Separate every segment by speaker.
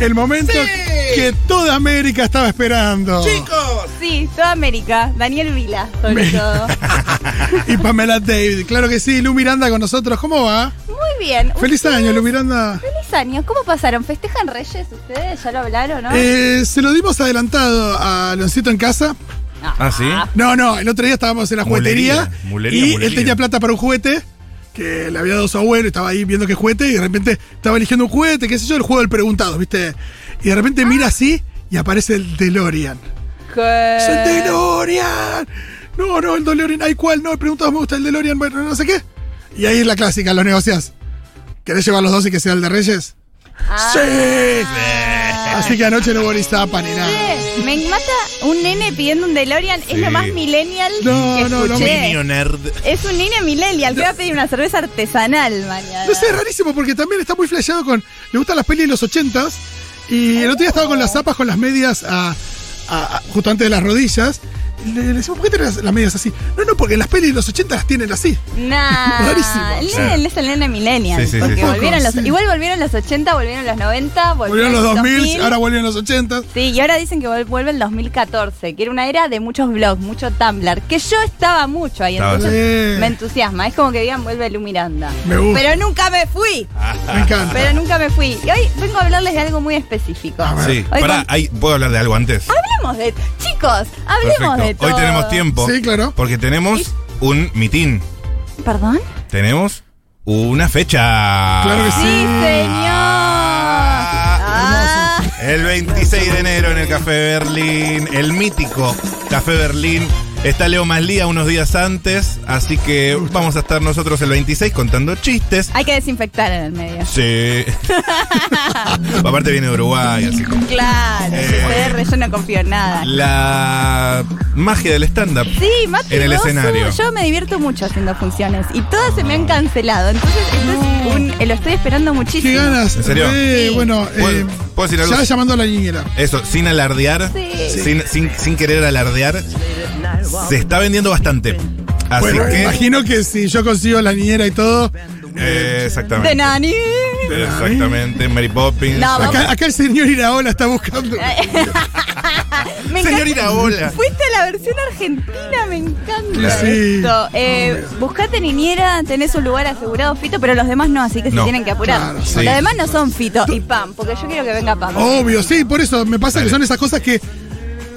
Speaker 1: El momento
Speaker 2: Sí.
Speaker 1: que toda América estaba esperando.
Speaker 2: Chicos,
Speaker 3: Sí, toda América. Daniel Vila, sobre todo.
Speaker 1: Y Pamela David, claro que sí. Lu Miranda con nosotros, ¿cómo va?
Speaker 3: Muy bien.
Speaker 1: Feliz
Speaker 3: ¿Ustedes?
Speaker 1: año, Lu Miranda.
Speaker 3: Feliz año. ¿Cómo pasaron? ¿Festejan Reyes ustedes? ¿Ya lo hablaron, no?
Speaker 1: Eh, se lo dimos adelantado a Leoncito en casa.
Speaker 4: Ah, ¿sí?
Speaker 1: No, no, el otro día estábamos en la
Speaker 4: Mulería,
Speaker 1: juguetería
Speaker 4: mulería,
Speaker 1: y él
Speaker 4: mulería.
Speaker 1: tenía plata para un juguete que le había dado su abuelo, estaba ahí viendo qué juguete y de repente estaba eligiendo un juguete, qué sé yo, el juego del preguntado, ¿viste? Y de
Speaker 2: Ah.
Speaker 1: repente mira así y aparece el DeLorean.
Speaker 3: ¿Qué?
Speaker 1: ¡Es el DeLorean! No, no, el DeLorean, ay, ¿cuál? No, el preguntado me gusta el DeLorean, bueno, no sé qué. Y ahí es la clásica, los negocias. ¿Querés llevar los dos y que sea el de Reyes?
Speaker 3: Ah.
Speaker 1: ¡Sí! Así que anoche no hubo ni zapa ni nada.
Speaker 3: Sí, Me mata un nene pidiendo un DeLorean. Es lo
Speaker 4: Sí.
Speaker 3: más millennial
Speaker 1: No,
Speaker 3: que
Speaker 1: no, no,
Speaker 3: escuché.
Speaker 4: Niño nerd.
Speaker 3: es un nene millennial que va a pedir una cerveza artesanal mañana.
Speaker 1: No sé, es rarísimo porque también está muy flasheado con. Le gustan las pelis de los ochentas. Y el otro día estaba con las zapas, con las medias a, a- a- justo antes de las rodillas. Y le, le decimos, ¿por qué tenés las, las medias así? No, no, porque las pelis de los ochentas las tienen así.
Speaker 3: Nah,
Speaker 1: Rarísimo.
Speaker 3: el
Speaker 4: Sí.
Speaker 3: nene es el nene millennial.
Speaker 4: Sí, sí, sí,
Speaker 3: porque
Speaker 4: sí.
Speaker 3: volvieron los,
Speaker 1: Sí.
Speaker 3: Igual volvieron los 80, volvieron los 90,
Speaker 1: Volvieron
Speaker 3: volvieron,
Speaker 1: los 2000,
Speaker 3: 2000.
Speaker 1: ahora vuelven los ochentas.
Speaker 3: Sí, y ahora dicen que vuel- vuelve el 2014, que era una era de muchos blogs, mucho Tumblr, que yo estaba mucho ahí,
Speaker 4: Estaba,
Speaker 3: entonces
Speaker 1: sí.
Speaker 3: me entusiasma. Es como que digan, vuelve Lu Miranda.
Speaker 1: Me gusta.
Speaker 3: Pero nunca me fui,
Speaker 4: Ah.
Speaker 1: Me encanta.
Speaker 3: pero nunca me fui. Y hoy vengo a hablarles de algo muy específico.
Speaker 1: A ver.
Speaker 4: Sí.
Speaker 3: Hoy
Speaker 4: Pará,
Speaker 3: con- Ah,
Speaker 4: ahí, puedo hablar de algo antes.
Speaker 3: Hablemos de... Chicos, hablemos de
Speaker 4: Perfecto.
Speaker 3: todo.
Speaker 4: Hoy tenemos tiempo.
Speaker 1: Sí, claro.
Speaker 4: Porque tenemos un mitin.
Speaker 3: ¿Perdón?
Speaker 4: Tenemos una fecha.
Speaker 1: Claro
Speaker 4: Ah.
Speaker 1: que
Speaker 3: Sí, señor. Ah.
Speaker 4: El 26 de enero en el Café Berlín, el mítico Café Berlín. Está Leo Maslía unos días antes, así que vamos a estar nosotros el 26 contando chistes.
Speaker 3: Hay que desinfectar en el medio.
Speaker 4: Sí. Aparte viene de Uruguay, así que-
Speaker 3: Claro,
Speaker 4: Eh.
Speaker 3: CPR, yo no confío en nada.
Speaker 4: La magia del stand-up.
Speaker 3: Sí, Mati,
Speaker 4: En el
Speaker 3: vos,
Speaker 4: escenario.
Speaker 3: Yo me divierto mucho haciendo funciones y todas se me han cancelado. Entonces, esto es un- eh, lo estoy esperando muchísimo.
Speaker 1: Qué ganas.
Speaker 4: ¿En serio?
Speaker 1: Re,
Speaker 3: Sí.
Speaker 1: Bueno, eh,
Speaker 4: ¿Puedo- puedo decir algo?
Speaker 1: ya llamando a la niñera.
Speaker 4: Eso, sin alardear,
Speaker 3: Sí.
Speaker 4: sin, sin, sin querer alardear, se está vendiendo bastante. Así
Speaker 1: Bueno,
Speaker 4: que.
Speaker 1: imagino que si yo consigo la niñera y todo.
Speaker 4: Eh, exactamente.
Speaker 3: De Nani.
Speaker 4: Exactamente, Mary Poppins.
Speaker 3: No, vamos-
Speaker 1: Acá, acá el señor Iraola está buscando.
Speaker 3: Me encanta.
Speaker 4: Señor Iraola.
Speaker 3: Fuiste a la versión argentina, me encanta
Speaker 1: Sí.
Speaker 3: esto. Eh, buscate niñera, tenés un lugar asegurado, Fito, pero los demás no, así que
Speaker 4: No.
Speaker 3: se tienen que apurar.
Speaker 1: Claro, Oh.
Speaker 4: sí.
Speaker 3: Los demás no son Fito y Pam, porque yo quiero que venga Pam.
Speaker 1: Obvio, sí, por eso me pasa que son esas cosas que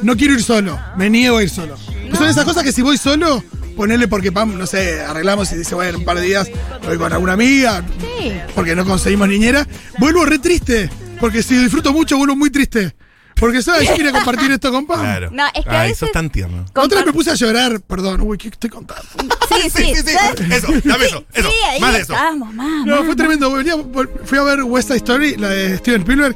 Speaker 1: no quiero ir solo, me niego a ir solo. Son esas cosas que si voy solo, ponerle porque pam, no sé, arreglamos y dice, bueno, en un par de días voy con alguna amiga,
Speaker 3: Sí.
Speaker 1: porque no conseguimos niñera, vuelvo re triste, porque si disfruto mucho vuelvo muy triste. Porque sabes, yo quería compartir esto con Pam.
Speaker 4: Claro.
Speaker 3: No, es que a
Speaker 4: Ay,
Speaker 3: veces-
Speaker 4: sos tan tierno.
Speaker 1: Otra vez me puse a llorar, perdón, uy, ¿qué estoy contando?
Speaker 3: Sí, sí, ¿sabes?
Speaker 4: Eso, dame eso, eso.
Speaker 3: Sí, ahí
Speaker 4: más de eso.
Speaker 3: estamos, más,
Speaker 1: No,
Speaker 3: más,
Speaker 1: fue tremendo. Venía- fui a ver West Side Story, la de Steven Spielberg,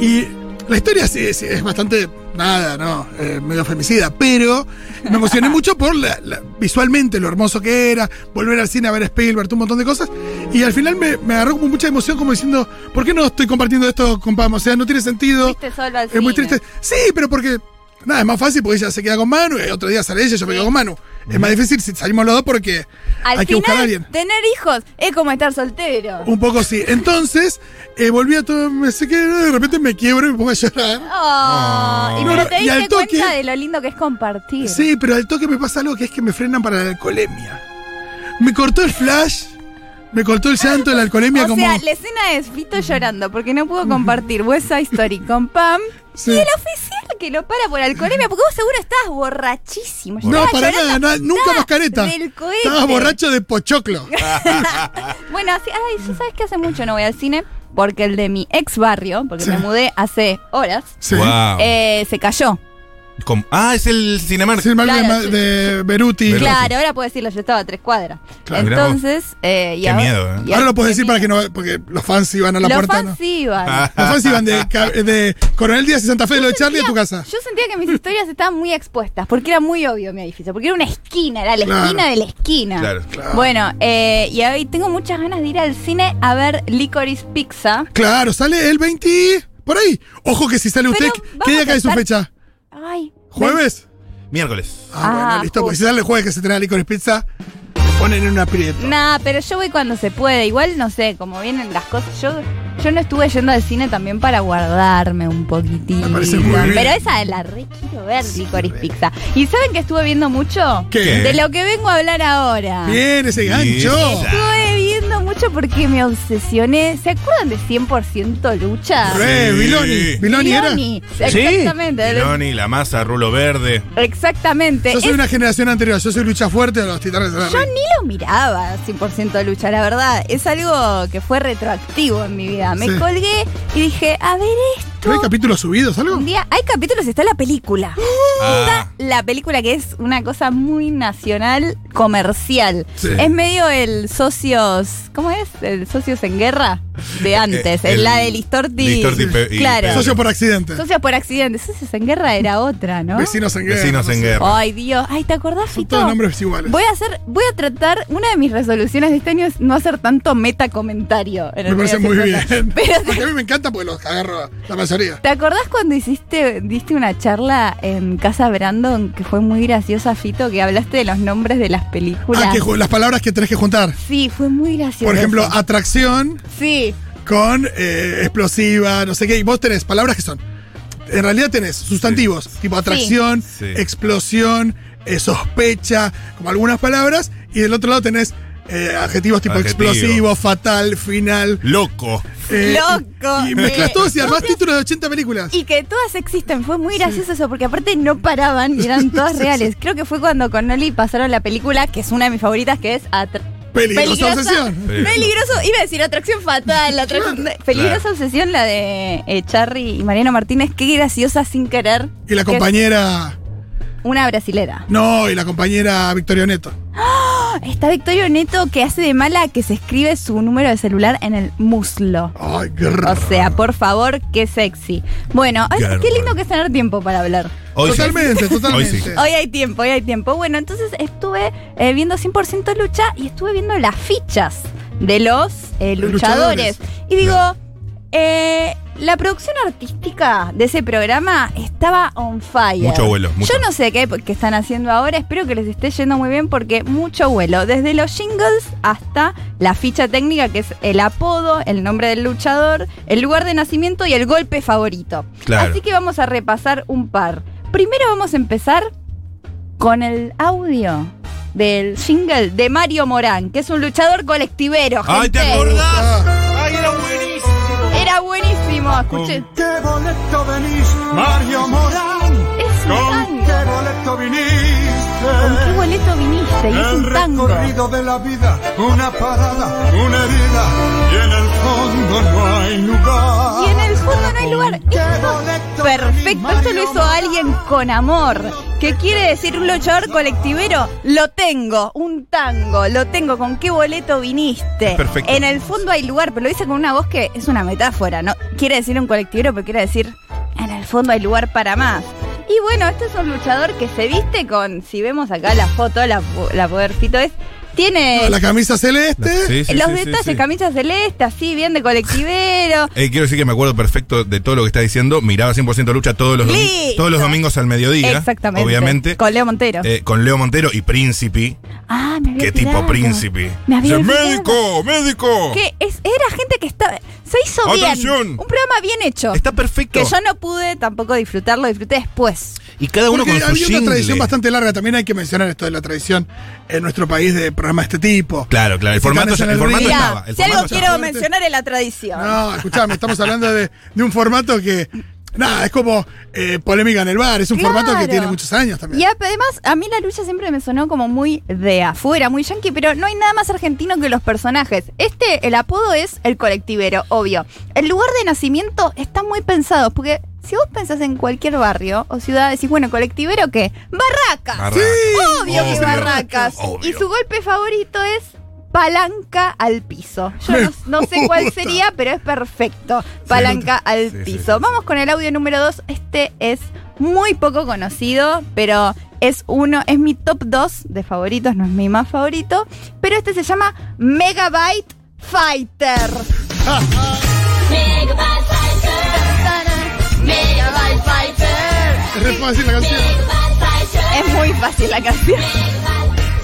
Speaker 1: y la historia sí, sí, es bastante nada, ¿no? Eh, medio femicida, pero me emocioné mucho por la- la- visualmente lo hermoso que era, volver al cine a ver a Spielberg, un montón de cosas, y al final me, me agarró como mucha emoción, como diciendo, ¿por qué no estoy compartiendo esto con Pam? O sea, no tiene sentido.
Speaker 3: Fuiste solo al
Speaker 1: Es muy
Speaker 3: cine.
Speaker 1: triste. Sí, pero porque. Nada, es más fácil porque ella se queda con Manu y otro día sale ella, yo me quedo con Manu. Es más difícil si salimos los dos porque
Speaker 3: Al
Speaker 1: hay que
Speaker 3: final,
Speaker 1: buscar a alguien. Uh.
Speaker 3: tener hijos es como estar soltero.
Speaker 1: Un poco sí. Entonces, eh, volví a todo. Me sé que de repente me quiebro y me pongo a llorar.
Speaker 3: Oh, y
Speaker 1: No,
Speaker 3: pero
Speaker 1: no,
Speaker 3: te
Speaker 1: y al
Speaker 3: diste
Speaker 1: toque-
Speaker 3: cuenta de lo lindo que es compartir.
Speaker 1: Sí, pero al toque me pasa algo que es que me frenan para la alcoholemia. Me cortó el flash, me cortó el llanto de la alcoholemia
Speaker 3: o
Speaker 1: como.
Speaker 3: sea, la escena es Fito llorando porque no pudo compartir West Side Story con Pam.
Speaker 1: Sí.
Speaker 3: Y el oficial que lo para por alcoholemia, porque vos seguro estabas borrachísimo. Yo
Speaker 1: No,
Speaker 3: estaba
Speaker 1: para
Speaker 3: llorando
Speaker 1: nada, nada, nunca
Speaker 3: hasta
Speaker 1: mascareta.
Speaker 3: Del cohete.
Speaker 1: Estabas borracho de pochoclo.
Speaker 3: Bueno, así, ay, yo sabes que hace mucho no voy al cine porque el de mi ex barrio, porque
Speaker 1: Sí.
Speaker 3: me mudé hace horas,
Speaker 1: Sí.
Speaker 4: Wow.
Speaker 3: eh, se cayó.
Speaker 4: Com- ah, es el Cinemark.
Speaker 1: Sí, el mal de
Speaker 3: Claro,
Speaker 1: Ma-
Speaker 3: sí.
Speaker 1: de Beruti.
Speaker 4: Beruti.
Speaker 3: Claro, ahora puedo decirlo, yo estaba a tres cuadras.
Speaker 4: Claro, mirá vos.
Speaker 3: Entonces, eh, y
Speaker 4: Qué
Speaker 3: ahora-
Speaker 4: miedo, ¿eh?
Speaker 3: y
Speaker 1: Ahora lo puedes
Speaker 3: qué
Speaker 1: decir para que
Speaker 3: miedo.
Speaker 1: no. Porque los fans iban a la
Speaker 3: Los
Speaker 1: puerta,
Speaker 3: fans
Speaker 1: ¿no?
Speaker 3: iban.
Speaker 4: Ah,
Speaker 1: Los fans iban de, ca- eh, de Coronel Díaz y Santa Fe de los Charlie a tu casa.
Speaker 3: Yo sentía que mis historias estaban muy expuestas, porque era muy obvio mi edificio, porque era una esquina, era la
Speaker 1: Claro.
Speaker 3: esquina de la esquina.
Speaker 4: Claro, claro.
Speaker 3: Bueno, eh, y hoy tengo muchas ganas de ir al cine a ver Licorice Pizza.
Speaker 1: Claro, sale el 20. Por ahí. Ojo que si sale usted,
Speaker 3: Pero
Speaker 1: ¿qué
Speaker 3: vamos
Speaker 1: día
Speaker 3: a
Speaker 1: cae su
Speaker 3: estar-
Speaker 1: fecha?
Speaker 3: Ay.
Speaker 1: ¿Jueves?
Speaker 4: Miércoles.
Speaker 1: Ah,
Speaker 3: Ah,
Speaker 1: bueno, listo. Porque
Speaker 3: justo.
Speaker 1: si sale el jueves que se trae licores pizza, me ponen en un aprieto.
Speaker 3: Nah, pero yo voy cuando se puede. Igual no sé, como vienen las cosas. Yo Yo no estuve yendo al cine también para guardarme un poquitito.
Speaker 1: Me parece muy bien.
Speaker 3: Pero esa la re quiero ver, Licoris
Speaker 4: re.
Speaker 3: Pizza. ¿Y saben que estuve viendo mucho?
Speaker 1: ¿Qué?
Speaker 3: De lo que vengo a hablar ahora.
Speaker 1: Bien, ese gancho.
Speaker 4: Bien.
Speaker 3: Estuve viendo mucho porque me obsesioné. ¿Se acuerdan de 100% lucha?
Speaker 1: Re,
Speaker 4: Sí.
Speaker 1: Viloni. Viloni era.
Speaker 3: Miloni,
Speaker 2: Sí.
Speaker 3: Exactamente. de los-
Speaker 4: Miloni, la masa, rulo verde.
Speaker 3: Exactamente.
Speaker 1: Yo soy
Speaker 3: Es-
Speaker 1: una generación anterior, yo soy lucha fuerte de los titanes de la
Speaker 3: Yo
Speaker 1: Red.
Speaker 3: ni lo miraba 100% lucha, la verdad. Es algo que fue retroactivo en mi vida. Me
Speaker 1: Sí.
Speaker 3: colgué y dije, a ver esto.
Speaker 1: ¿No hay capítulos subidos, algo?
Speaker 3: Un día, hay capítulos, está la película.
Speaker 4: Ah,
Speaker 3: La película que es una cosa muy nacional, comercial.
Speaker 1: Sí.
Speaker 3: Es medio el socios, ¿cómo es? El socios en guerra de antes,
Speaker 4: Eh,
Speaker 3: en
Speaker 4: el-
Speaker 3: la de Listorti.
Speaker 4: Listorti pe- y
Speaker 3: claro.
Speaker 4: Pedro.
Speaker 1: Socio por accidente.
Speaker 3: Socios por accidente. Socios en guerra era otra, ¿no?
Speaker 1: Vecinos en guerra.
Speaker 4: Vecinos
Speaker 1: no
Speaker 4: en
Speaker 1: sé.
Speaker 4: guerra.
Speaker 3: Ay, Dios. Ay, ¿te acordás,
Speaker 1: Son
Speaker 3: Fito?
Speaker 1: todos nombres iguales.
Speaker 3: Voy a hacer, voy a tratar, una de mis resoluciones de este año es no hacer tanto meta comentario. en
Speaker 1: Me
Speaker 3: el
Speaker 1: parece
Speaker 3: medio
Speaker 1: muy
Speaker 3: de
Speaker 1: bien.
Speaker 3: esa cosa. Pero
Speaker 1: Porque a mí me encanta porque los agarro la mayoría.
Speaker 3: ¿Te acordás cuando hiciste, diste una charla en Casa Brandon que fue muy graciosa, Fito, que hablaste de los nombres de las películas?
Speaker 1: Ah, que ju- las palabras que tenés que juntar.
Speaker 3: sí, fue muy gracioso.
Speaker 1: Por ejemplo, atracción
Speaker 3: sí,
Speaker 1: con eh, explosiva, no sé qué. Y vos tenés palabras que son. En realidad tenés sustantivos, tipo atracción,
Speaker 4: Sí.
Speaker 1: explosión, eh, sospecha, como algunas palabras. Y del otro lado tenés eh, adjetivos tipo
Speaker 4: Adjetivo.
Speaker 1: explosivo, fatal, final.
Speaker 4: Loco.
Speaker 1: eh,
Speaker 3: Loco,
Speaker 1: Y, y mezclas
Speaker 3: eh,
Speaker 1: todos y armás títulos de 80 películas.
Speaker 3: y que todas existen, fue muy gracioso eso, porque aparte no paraban y eran todas reales. Creo que fue cuando con Oli pasaron la película, que es una de mis favoritas, que es Atra-
Speaker 1: Peligrosa,
Speaker 3: peligrosa.
Speaker 1: obsesión.
Speaker 4: Sí.
Speaker 3: Peligroso, iba a decir atracción fatal, atracción, peligrosa
Speaker 4: Claro.
Speaker 3: obsesión la de eh, Charry y Mariano Martínez, qué graciosa sin querer.
Speaker 1: Y la
Speaker 3: que es
Speaker 1: compañera.
Speaker 3: Una brasilera.
Speaker 1: No, y la compañera Victoria Neto.
Speaker 3: Está Victorio Neto que hace de mala que se escribe su número de celular en el muslo.
Speaker 1: Ay, qué raro.
Speaker 3: O sea, por favor, qué sexy. Bueno, ay,
Speaker 4: Claro.
Speaker 3: qué lindo que es tener tiempo para hablar.
Speaker 4: Hoy sí.
Speaker 1: totalmente, totalmente.
Speaker 4: Hoy sí.
Speaker 3: Hoy hay tiempo, hoy hay tiempo. Bueno, entonces estuve eh, viendo 100% lucha y estuve viendo las fichas de los eh,
Speaker 1: Luchadores.
Speaker 3: luchadores. Y digo, eh, la producción artística de ese programa estaba on fire.
Speaker 4: Mucho vuelo, mucho.
Speaker 3: Yo no sé qué, qué están haciendo ahora, espero que les esté yendo muy bien porque mucho vuelo. Desde los jingles hasta la ficha técnica, que es el apodo, el nombre del luchador, el lugar de nacimiento y el golpe favorito.
Speaker 4: Claro.
Speaker 3: Así que vamos a repasar un par. Primero vamos a empezar con el audio del jingle de Mario Morán, que es un luchador colectivero. Gente.
Speaker 4: ¡Ay, te acordás!
Speaker 1: Ah,
Speaker 5: ¡Ay, era buenísimo!
Speaker 3: Era buenísimo, escuchen.
Speaker 5: ¡Qué boleto venís, Mario Morán!
Speaker 3: Es un
Speaker 5: ¡Con
Speaker 3: tango.
Speaker 5: qué boleto
Speaker 3: ¿Con qué
Speaker 5: viniste!
Speaker 3: boleto viniste? Y es
Speaker 5: El
Speaker 3: un tango.
Speaker 5: recorrido de la vida, una parada, una herida, y en el fondo no hay lugar.
Speaker 3: Y en el fondo no hay lugar. Esto es perfecto, esto lo hizo alguien con amor. ¿Qué quiere decir un luchador colectivero? Lo tengo, un tango, lo tengo, ¿con qué boleto viniste?
Speaker 4: Es perfecto.
Speaker 3: En el fondo hay lugar, pero lo dice con una voz que es una metáfora, ¿no? Quiere decir un colectivero, pero quiere decir, en el fondo hay lugar para más. Y bueno, este es un luchador que se viste con, si vemos acá la foto, la, la podercito es, tiene...
Speaker 1: la camisa celeste.
Speaker 4: Sí, sí,
Speaker 3: los
Speaker 4: sí, sí,
Speaker 3: detalles,
Speaker 4: sí.
Speaker 3: camisa celeste, así, bien de colectivero.
Speaker 4: Eh, quiero decir que me acuerdo perfecto de todo lo que está diciendo. Miraba 100% lucha todos los, domi-
Speaker 3: Listo.
Speaker 4: todos los domingos al mediodía.
Speaker 3: Exactamente.
Speaker 4: Obviamente.
Speaker 3: Con Leo Montero.
Speaker 4: Eh, con Leo Montero y Príncipe.
Speaker 3: ah, me había
Speaker 4: Qué tipo
Speaker 3: olvidado.
Speaker 4: Príncipe.
Speaker 3: Me había
Speaker 4: Dice,
Speaker 3: olvidado.
Speaker 4: médico, médico.
Speaker 3: Que es, era gente que estaba. Se hizo
Speaker 4: Atención.
Speaker 3: bien. Un programa bien hecho.
Speaker 4: Está perfecto.
Speaker 3: que yo no pude tampoco disfrutarlo, disfruté después.
Speaker 4: Y cada uno
Speaker 1: Porque
Speaker 4: con su
Speaker 1: había una
Speaker 4: jingle.
Speaker 1: tradición bastante larga, también hay que mencionar esto de la tradición en nuestro país de programas de este tipo.
Speaker 4: Claro, claro. El
Speaker 1: Que se
Speaker 4: formato,
Speaker 1: cantan
Speaker 4: ya- el
Speaker 1: en el
Speaker 4: formato
Speaker 1: ring.
Speaker 4: estaba.
Speaker 3: Mira,
Speaker 4: El
Speaker 3: si algo
Speaker 4: formato estaba.
Speaker 3: quiero mencionar es la tradición.
Speaker 1: No, escuchame, estamos hablando de, de un formato que. Nada, es como eh, polémica en el bar, es un
Speaker 3: Claro.
Speaker 1: formato que tiene muchos años también.
Speaker 3: Y ap- además, a mí la lucha siempre me sonó como muy de afuera, muy yankee, pero no hay nada más argentino que los personajes. Este, el apodo es el colectivero, obvio. El lugar de nacimiento está muy pensado, porque si vos pensás en cualquier barrio o ciudad, decís, bueno, colectivero, ¿qué? Barracas.
Speaker 4: Barracas.
Speaker 3: Obvio que
Speaker 4: Obvio.
Speaker 3: Barracas.
Speaker 4: Obvio.
Speaker 3: Y su golpe favorito es palanca al piso. Yo no, no sé cuál
Speaker 1: gusta.
Speaker 3: sería, pero es perfecto. Palanca al
Speaker 4: Sí, sí,
Speaker 3: piso.
Speaker 4: sí, sí.
Speaker 3: Vamos con el audio número 2. Este es muy poco conocido, pero es uno, es mi top 2 de favoritos, no es mi más favorito. Pero este se llama Megabyte Fighter.
Speaker 6: Megabyte Fighter. Megabyte Fighter.
Speaker 1: Es re fácil la canción.
Speaker 6: Megabyte Fighter.
Speaker 3: Es muy fácil la canción.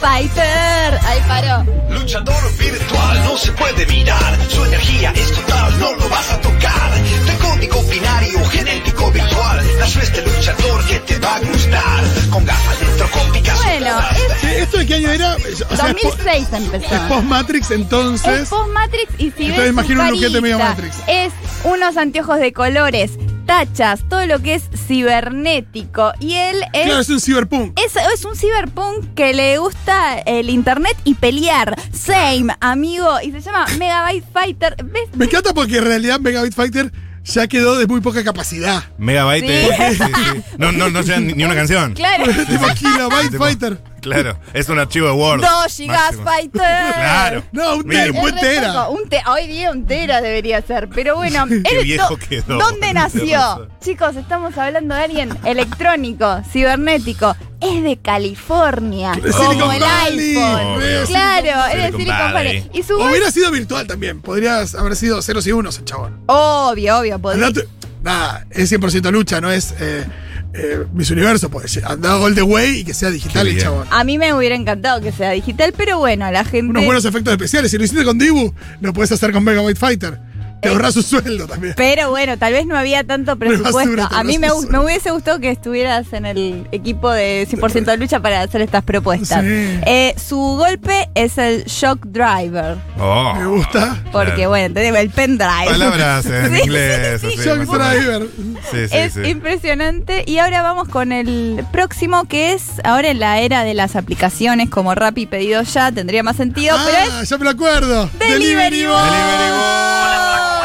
Speaker 3: Fighter.
Speaker 6: Ahí paró.
Speaker 2: Luchador virtual, no se puede mirar. Su energía es total, no lo vas a tocar. De código binario, genético virtual. Nació este luchador que te va a gustar. Con gafas electrocópicas.
Speaker 3: Bueno,
Speaker 1: Sí, ¿Esto de qué año era? O sea, es po-
Speaker 3: 2006 empezó.
Speaker 1: es post-Matrix, entonces.
Speaker 3: Es post-Matrix y si
Speaker 1: Entonces
Speaker 3: ves
Speaker 1: imagino
Speaker 3: su
Speaker 1: un lookete medio
Speaker 3: carita,
Speaker 1: Matrix.
Speaker 3: Es unos anteojos de colores, tachas, todo lo que es cibernético. Y él es...
Speaker 1: Claro, es un cyberpunk.
Speaker 3: Es, es un cyberpunk que le gusta el internet y pelear. Same, amigo. Y se llama Megabyte Fighter. ¿Ves?
Speaker 1: Me encanta porque en realidad Megabit Fighter ya quedó de muy poca capacidad.
Speaker 4: Megabyte.
Speaker 3: Sí.
Speaker 4: es- sí, sí. No, no, no sea ni ni una canción.
Speaker 3: Claro.
Speaker 1: tipo Kilobyte
Speaker 4: Tipo,
Speaker 1: Fighter.
Speaker 4: Claro, es un archivo de Word.
Speaker 3: 2 gigas
Speaker 4: máximo.
Speaker 3: Fighter.
Speaker 4: Claro.
Speaker 1: No, un
Speaker 4: Mínimo.
Speaker 1: tera, un
Speaker 3: Es re
Speaker 1: tera.
Speaker 3: poco, un te- hoy día un tera debería ser, pero bueno. él-
Speaker 4: viejo
Speaker 3: do-
Speaker 4: quedó.
Speaker 3: ¿Dónde nació?
Speaker 4: Hermoso.
Speaker 3: Chicos, estamos hablando de alguien electrónico, cibernético. Es de California,
Speaker 1: De Silicon
Speaker 3: como el
Speaker 1: Valley. Oh,
Speaker 3: iPhone.
Speaker 1: Obvio.
Speaker 3: Claro, es de
Speaker 4: Silicon
Speaker 3: Silicon Valley.
Speaker 4: Valley.
Speaker 3: Y su
Speaker 1: O
Speaker 3: voz-
Speaker 1: hubiera sido virtual también. Podrías haber sido ceros y unos el chabón.
Speaker 3: Obvio, obvio, podría.
Speaker 1: Andate- Nada, es 100% lucha, no es eh, eh, Miss Universo. Pues andá all the way y que sea digital
Speaker 4: Qué
Speaker 1: el
Speaker 4: bien.
Speaker 1: chabón.
Speaker 3: A mí me hubiera encantado que sea digital, pero bueno, la gente.
Speaker 1: Unos buenos efectos especiales. Si lo hiciste con Dibu, lo puedes hacer con Megabyte Fighter.
Speaker 3: Eh.
Speaker 1: Te ahorras su sueldo también.
Speaker 3: Pero bueno, tal vez no había tanto
Speaker 1: basura,
Speaker 3: presupuesto. A mí me,
Speaker 1: basura.
Speaker 3: gu- me hubiese gustado que estuvieras en el equipo de 100% de lucha para hacer estas propuestas.
Speaker 1: Sí.
Speaker 3: Eh, su golpe es el shock driver,
Speaker 4: Oh,
Speaker 1: Me gusta.
Speaker 3: porque
Speaker 4: claro.
Speaker 3: bueno, tenemos el pendrive.
Speaker 4: Palabras en
Speaker 3: Sí,
Speaker 4: inglés.
Speaker 3: sí, sí.
Speaker 4: así,
Speaker 1: Shock
Speaker 4: más o menos.
Speaker 1: Driver.
Speaker 4: Sí, sí,
Speaker 3: Es
Speaker 4: sí.
Speaker 3: impresionante. Y ahora vamos con el próximo, que es ahora en la era de las aplicaciones como Rappi Pedido Ya, tendría más sentido, pero es
Speaker 1: Ah, ya me lo acuerdo.
Speaker 3: Delivery Boy.
Speaker 4: Delivery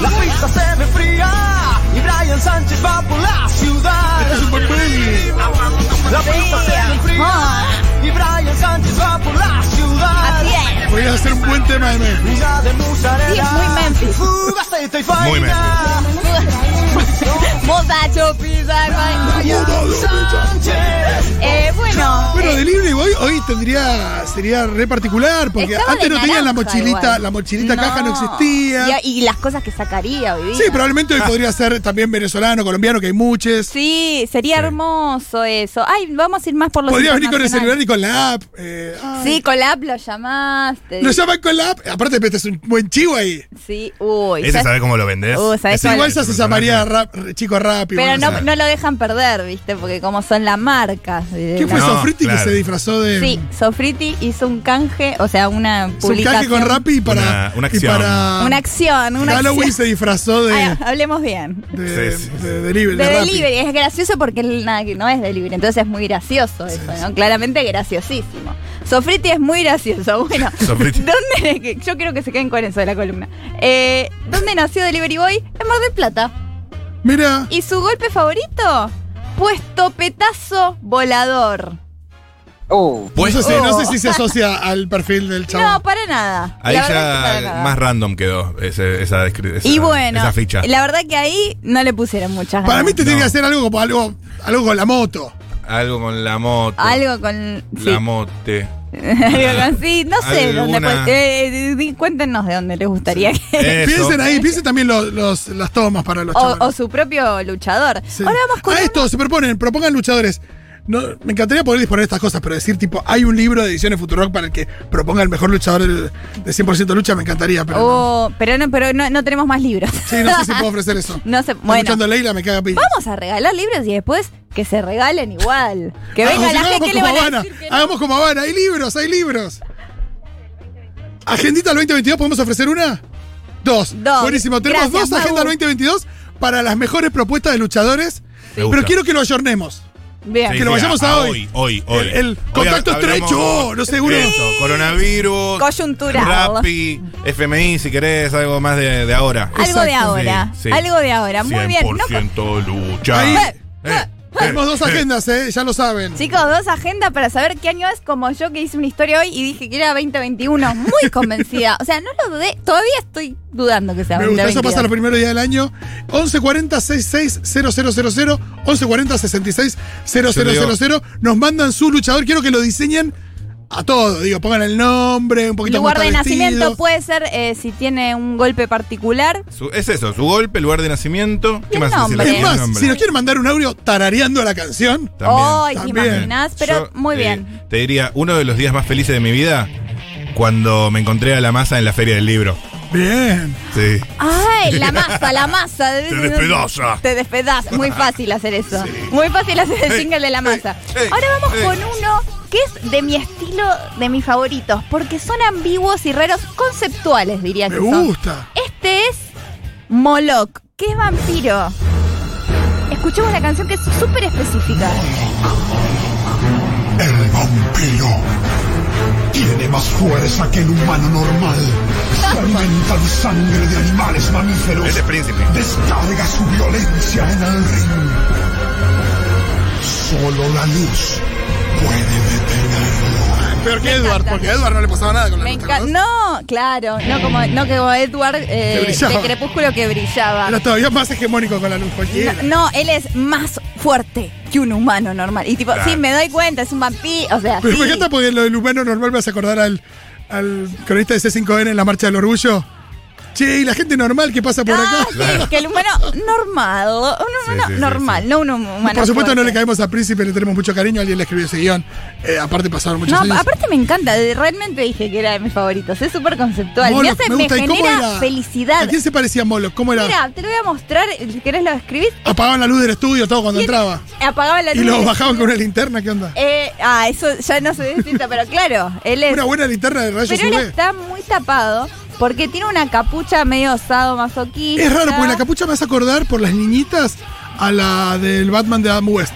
Speaker 2: La pista se me fría. Y Brian Sánchez va por la ciudad.
Speaker 1: Es un buen peli.
Speaker 2: La pista se me fría. Y Brian Sánchez va por la ciudad.
Speaker 3: Ah, Así es.
Speaker 1: Podrías hacer un buen tema de Memphis.
Speaker 2: Pizza de mozzarella.
Speaker 3: Sí, es muy Memphis.
Speaker 2: Fuga, aceite y
Speaker 4: Muy
Speaker 2: faina.
Speaker 3: Mostacho, pizza,
Speaker 1: Ah,
Speaker 3: hermano.
Speaker 2: Sánchez.
Speaker 3: Eh, bueno.
Speaker 1: Bueno,
Speaker 3: eh,
Speaker 1: Delivery Boy hoy tendría, sería re particular, porque
Speaker 3: estaba
Speaker 1: antes
Speaker 3: de
Speaker 1: no tenían la
Speaker 3: naranja
Speaker 1: mochilita,
Speaker 3: igual.
Speaker 1: la mochilita caja no existía.
Speaker 3: Y, y las cosas que sacaría hoy día.
Speaker 1: Sí, probablemente hoy podría ser también venezolano, colombiano, que hay muchos.
Speaker 3: Sí, sería hermoso eso. Ay, vamos a ir más por los
Speaker 1: Podría venir con el celular
Speaker 3: internacionales.
Speaker 1: y con la app. eh, ay.
Speaker 3: Sí, con la app lo llamaste.
Speaker 1: Lo llaman con la app. Aparte, este es un buen chivo ahí.
Speaker 3: Sí, uy.
Speaker 4: Ese
Speaker 3: ya-
Speaker 4: sabe cómo lo vendés.
Speaker 3: Uh, ¿sabés
Speaker 4: Ese
Speaker 3: cuál?
Speaker 1: Igual
Speaker 4: es
Speaker 1: ya
Speaker 4: un
Speaker 1: se llamaría
Speaker 4: personaje.
Speaker 1: rap- chico rápido.
Speaker 3: Pero no,
Speaker 4: sabe.
Speaker 3: no lo dejan perder, ¿viste? Porque como son la marca. de
Speaker 1: ¿Qué
Speaker 3: la-
Speaker 1: fue
Speaker 4: No,
Speaker 1: Sofriti
Speaker 4: claro.
Speaker 1: que se disfrazó de.
Speaker 3: Sí, Sofriti hizo un canje, o sea, una
Speaker 1: Un
Speaker 3: publicación.
Speaker 1: caje con Rappi para.
Speaker 4: Una- una
Speaker 1: y para
Speaker 3: Una acción, una
Speaker 1: Halloween
Speaker 3: acción.
Speaker 1: se disfrazó de.
Speaker 3: Ay, hablemos bien.
Speaker 1: de,
Speaker 4: Sí, sí,
Speaker 1: de delivery.
Speaker 3: De
Speaker 1: de Rappi.
Speaker 3: delivery, es gracioso porque él nada que no es delivery, entonces es muy gracioso eso, ¿no? Claramente graciosísimo. Sofriti es muy gracioso, bueno.
Speaker 4: Sofriti.
Speaker 3: ¿dónde, yo quiero que se queden con eso de la columna. Eh, ¿Dónde nació Delivery Boy? En Mar del Plata.
Speaker 1: Mira.
Speaker 3: ¿Y su golpe favorito? Puesto petazo volador.
Speaker 4: Pues,
Speaker 1: No sé, si- no
Speaker 3: Oh.
Speaker 1: sé si se asocia al perfil del
Speaker 3: No,
Speaker 1: chavo.
Speaker 3: para nada.
Speaker 4: Ahí
Speaker 3: La verdad que para
Speaker 4: ya
Speaker 3: nada.
Speaker 4: más random quedó ese- esa, descri- esa,
Speaker 3: y bueno,
Speaker 4: esa ficha.
Speaker 3: la verdad que ahí no le pusieron muchas
Speaker 1: Para
Speaker 3: ganas.
Speaker 1: mí te tiene
Speaker 4: No.
Speaker 1: que hacer algo como algo, algo con la moto.
Speaker 4: Algo con la moto.
Speaker 3: Algo con... sí.
Speaker 4: La mote.
Speaker 3: Algo con- sí, no sé dónde...
Speaker 4: Alguna-
Speaker 3: pues, eh, eh, cuéntenos de dónde les gustaría que...
Speaker 4: Eso.
Speaker 1: Piensen ahí, piensen también los, los- las tomas para los
Speaker 3: O,
Speaker 1: chavales.
Speaker 3: o su propio luchador.
Speaker 1: Sí.
Speaker 3: Ahora vamos con.
Speaker 1: A esto se proponen, propongan luchadores. No, me encantaría poder disponer de estas cosas, pero decir, tipo, hay un libro de ediciones Futurock para el que proponga el mejor luchador del- de 100% lucha, me encantaría, pero. no.
Speaker 3: Oh, pero no, pero no, no tenemos más libros.
Speaker 1: Sí, no sé si puedo ofrecer eso.
Speaker 3: No sé,
Speaker 1: Está
Speaker 3: bueno.
Speaker 1: Escuchando a Leila, me caga pila.
Speaker 3: Vamos a regalar libros y después que se regalen igual.
Speaker 1: Ah,
Speaker 3: Que venga la gente que le van a
Speaker 1: Habana.
Speaker 3: decir que no.
Speaker 1: Hagamos como Habana, hay libros, hay libros. Agendita al 2022, ¿podemos ofrecer una? Dos.
Speaker 3: Dos.
Speaker 1: Buenísimo, tenemos
Speaker 3: Gracias,
Speaker 1: dos
Speaker 3: Magu.
Speaker 1: Agenda al 2022 para las mejores propuestas de luchadores.
Speaker 4: Me
Speaker 1: Pero
Speaker 4: gusta.
Speaker 1: quiero que lo ayornemos.
Speaker 3: Bien.
Speaker 4: Sí,
Speaker 1: que lo
Speaker 4: sí, ah,
Speaker 1: vayamos a hoy.
Speaker 4: Hoy, hoy.
Speaker 1: El- el
Speaker 4: Hoy
Speaker 1: contacto
Speaker 4: hablamos-
Speaker 1: estrecho, no sé, uno-
Speaker 4: Eso, coronavirus.
Speaker 3: Coyuntural.
Speaker 4: Rappi, FMI, si querés, algo más de, de ahora.
Speaker 3: Algo de
Speaker 1: Exacto,
Speaker 3: ahora.
Speaker 4: Sí, sí.
Speaker 3: Algo de ahora. Muy bien. No,
Speaker 4: 100% lucha.
Speaker 1: Ahí.
Speaker 4: Eh, eh,
Speaker 1: Tenemos
Speaker 4: eh,
Speaker 1: dos
Speaker 4: eh.
Speaker 1: agendas, ¿eh? Ya lo saben.
Speaker 3: Chicos, dos agendas para saber qué año es, como yo que hice una historia hoy y dije que era 2021. Muy convencida. O sea, no lo dudé. Todavía estoy dudando que sea
Speaker 1: Me gusta, eso
Speaker 3: 2021.
Speaker 1: pasa los primeros días del año. 1140-660000, 1140-660000. Nos mandan su luchador, quiero que lo diseñen a todo. Digo, pongan el nombre, un poquito
Speaker 3: Lugar
Speaker 1: cómo
Speaker 3: de
Speaker 1: está vestido.
Speaker 3: nacimiento puede ser eh, si tiene un golpe particular.
Speaker 4: Su- es eso, su golpe, lugar de nacimiento.
Speaker 3: Y
Speaker 4: ¿Qué
Speaker 3: el
Speaker 4: más? Si
Speaker 3: nombre.
Speaker 4: le
Speaker 1: Es
Speaker 4: tiene
Speaker 1: más,
Speaker 4: nombre.
Speaker 1: si nos quieren mandar un audio tarareando la canción,
Speaker 4: También.
Speaker 3: Ay, ¿te
Speaker 1: También.
Speaker 3: imaginas? Pero
Speaker 4: Yo,
Speaker 3: muy
Speaker 4: eh,
Speaker 3: bien.
Speaker 4: Te diría, uno de los días más felices de mi vida, cuando me encontré a la masa en la feria del libro.
Speaker 1: bien.
Speaker 4: Sí.
Speaker 3: Ay, la masa, la masa.
Speaker 4: Te despedaza.
Speaker 3: Te despedaza. Muy fácil hacer eso. Muy fácil hacer el
Speaker 4: Ey,
Speaker 3: single de la masa.
Speaker 4: ey,
Speaker 3: Ahora vamos
Speaker 4: ey.
Speaker 3: con uno que es de mi estilo, de mis favoritos, porque son ambiguos y raros conceptuales, diría
Speaker 1: Me
Speaker 3: que son.
Speaker 1: gusta.
Speaker 3: Este es Moloch, que es vampiro. Escuchemos la canción que es súper específica.
Speaker 5: El vampiro tiene más fuerza que el humano normal. Se alimenta de sangre de animales mamíferos.
Speaker 4: Ese príncipe.
Speaker 5: Descarga su violencia en el ring. Solo la luz puede detenerlo.
Speaker 1: Peor que
Speaker 3: Me
Speaker 1: Edward,
Speaker 3: encanta.
Speaker 1: porque a Edward no le pasaba nada con la
Speaker 3: Me
Speaker 1: nota,
Speaker 3: encanta.
Speaker 1: ¿no?
Speaker 3: No, claro, no como, no como Edward eh,
Speaker 1: Que brillaba.
Speaker 3: de Crepúsculo que brillaba.
Speaker 1: Era todavía más hegemónico con la luz cualquiera.
Speaker 3: No, no, él es más fuerte que un humano normal. Y tipo,
Speaker 4: Claro.
Speaker 3: sí, me doy cuenta, es un vampiro. O sea,
Speaker 1: Pero me
Speaker 3: sí.
Speaker 1: encanta porque lo del humano normal me hace acordar al, al cronista de C5N en la marcha del orgullo. Che, y la gente normal que pasa por
Speaker 3: Ah,
Speaker 1: acá.
Speaker 3: sí, que el humano normal, un humano
Speaker 4: sí, sí,
Speaker 3: normal,
Speaker 4: sí.
Speaker 3: no un humano.
Speaker 1: Por supuesto no le
Speaker 3: fuerte.
Speaker 1: caemos a Príncipe, le tenemos mucho cariño, alguien le escribió ese guión. Eh, aparte pasaron muchos
Speaker 3: No,
Speaker 1: años.
Speaker 3: aparte me encanta, de- realmente dije que era de mis favoritos, es súper conceptual. me
Speaker 1: Moloch,
Speaker 3: hace,
Speaker 1: me
Speaker 3: me,
Speaker 1: gusta. ¿Y cómo
Speaker 3: genera
Speaker 1: era? ¿A
Speaker 3: felicidad.
Speaker 1: quién se parecía Moloch? ¿Cómo era?
Speaker 3: Mira, te lo voy a mostrar, si querés lo escribís.
Speaker 1: Apagaban la luz del estudio todo cuando entraba.
Speaker 3: Apagaba la
Speaker 1: Y lo
Speaker 3: luz.
Speaker 1: bajaban con una linterna, ¿qué onda?
Speaker 3: Eh, ah, eso ya no se ve distinta, pero claro, él es.
Speaker 1: Una buena linterna de rayos
Speaker 3: pero él
Speaker 1: UV.
Speaker 3: está muy tapado porque tiene una capucha medio osado masoquista.
Speaker 1: Es raro, porque la capucha me hace acordar por las niñitas a la del Batman de Adam West.